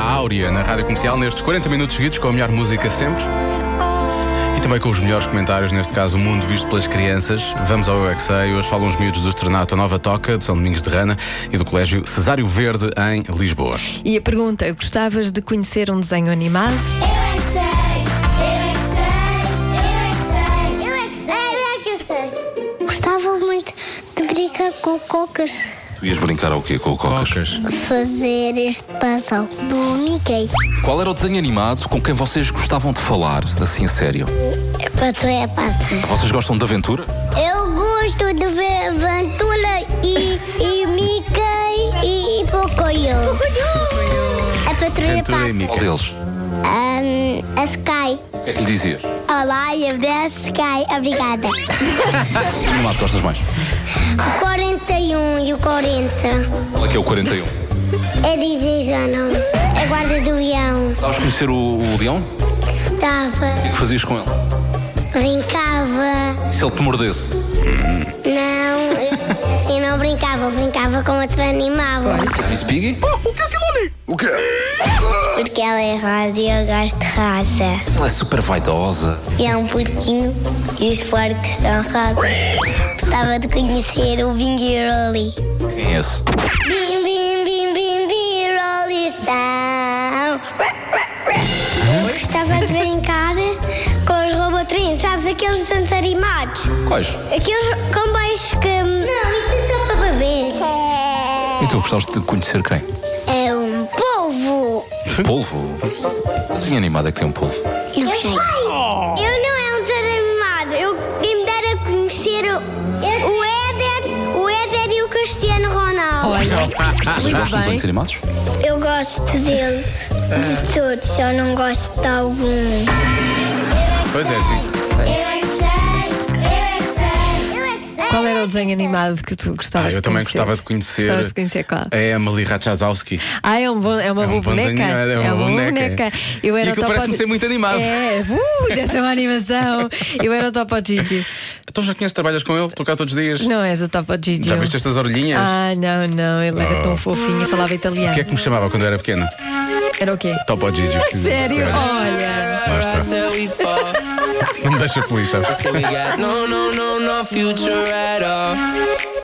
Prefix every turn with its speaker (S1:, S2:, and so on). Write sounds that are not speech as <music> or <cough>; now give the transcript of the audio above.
S1: Áurea na rádio comercial nestes 40 minutos seguidos com a melhor música sempre e também com os melhores comentários, neste caso, o mundo visto pelas crianças. Vamos ao Eu é Que Sei. Hoje falam os miúdos do Estrenato Nova Toca, de São Domingos de Rana e do Colégio Cesário Verde, em Lisboa.
S2: E a pergunta: gostavas de conhecer um desenho animado?
S3: Eu é que sei, eu é que sei, eu é que sei, eu é que sei, eu é que sei.
S4: Gostava muito de brincar com cocas.
S5: Tu ias brincar ao quê com o Cocas?
S4: Fazer este puzzle do Mickey.
S5: Qual era o desenho animado com quem vocês gostavam de falar, assim sério?
S4: É para tu é pata.
S5: Vocês gostam de aventura?
S4: Eu gosto de ver Ventula e, e Mickey e, e Pocoyo. É A patrulha pata.
S5: Qual deles?
S4: Um, a Sky.
S5: O que é que lhe dizias?
S4: Olá, eu abraço Sky. Obrigada.
S5: Que animado gostas mais?
S4: O 41 e o 40
S5: Qual é que é o 41?
S4: é de Zizano. A guarda do leão.
S5: Sabes conhecer o, o leão? O que
S4: Estava,
S5: é que fazias com ele?
S4: brincava.
S5: E se ele te mordesse?
S4: Não, eu- assim não brincava, eu brincava com outro animal.
S5: Tipo Miss Piggy?
S4: Porque ela é rosa e eu gosto de rosa.
S5: Ela é super vaidosa.
S4: E é um porquinho e os porcos são rosa. Gostava de conhecer o Bingy Rolly.
S5: Quem é esse?
S4: Bim, bim, bim, bim, bim, Rolly são. Gostava de brincar com os robotrins, sabes? Aqueles desenhos animados.
S5: Quais?
S4: Aqueles comboios que. Não, isso é só para bebês.
S5: E
S4: Então-
S5: tu gostavas de conhecer quem?
S4: É um polvo.
S5: Polvo? Que Desenho animado é que tem um polvo.
S4: Eu sei. Eu não é um desanimado. Eu quem me dera conhecer o, o Éder, o Éder e o Cristiano Ronaldo.
S5: Vocês gostam de
S2: bem.
S5: desenhos animados?
S4: Eu gosto dele, de todos, só não gosto de algum.
S1: Pois é, sim.
S3: Eu é que sei, eu é que sei, eu é que sei.
S2: Qual era o desenho animado que tu gostavas
S1: Ah, eu
S2: de
S1: também
S2: conhecer?
S1: gostava de conhecer.
S2: Gostavas de conhecer qual?
S1: A Emily Rachazowski.
S2: Ah, é, um bom, é uma
S1: É um
S2: boa
S1: bom
S2: boneca.
S1: desenho, é uma boa boneca.
S2: Eu
S1: E
S2: era o
S1: aquilo
S2: Topo
S1: parece-me
S2: Gi-
S1: ser muito animado.
S2: É, uh, deve ser uma animação. Eu era o Topo Gigi.
S1: Então já conheces, trabalhas com ele, estou cá todos os dias.
S2: Não és o Topo Gigi.
S1: Já viste estas orelhinhas?
S2: Ah, não, não. Ele era tão fofinho e falava
S1: O
S2: italiano.
S1: que é que me chamava quando eu era pequeno?
S2: Era o quê?
S1: Topo Gigi.
S2: Sério? Olha.
S1: Lá está.
S6: So we fall,
S1: <laughs> Não me deixa feliz, sabes?
S6: so we got no, no, no, no future at all.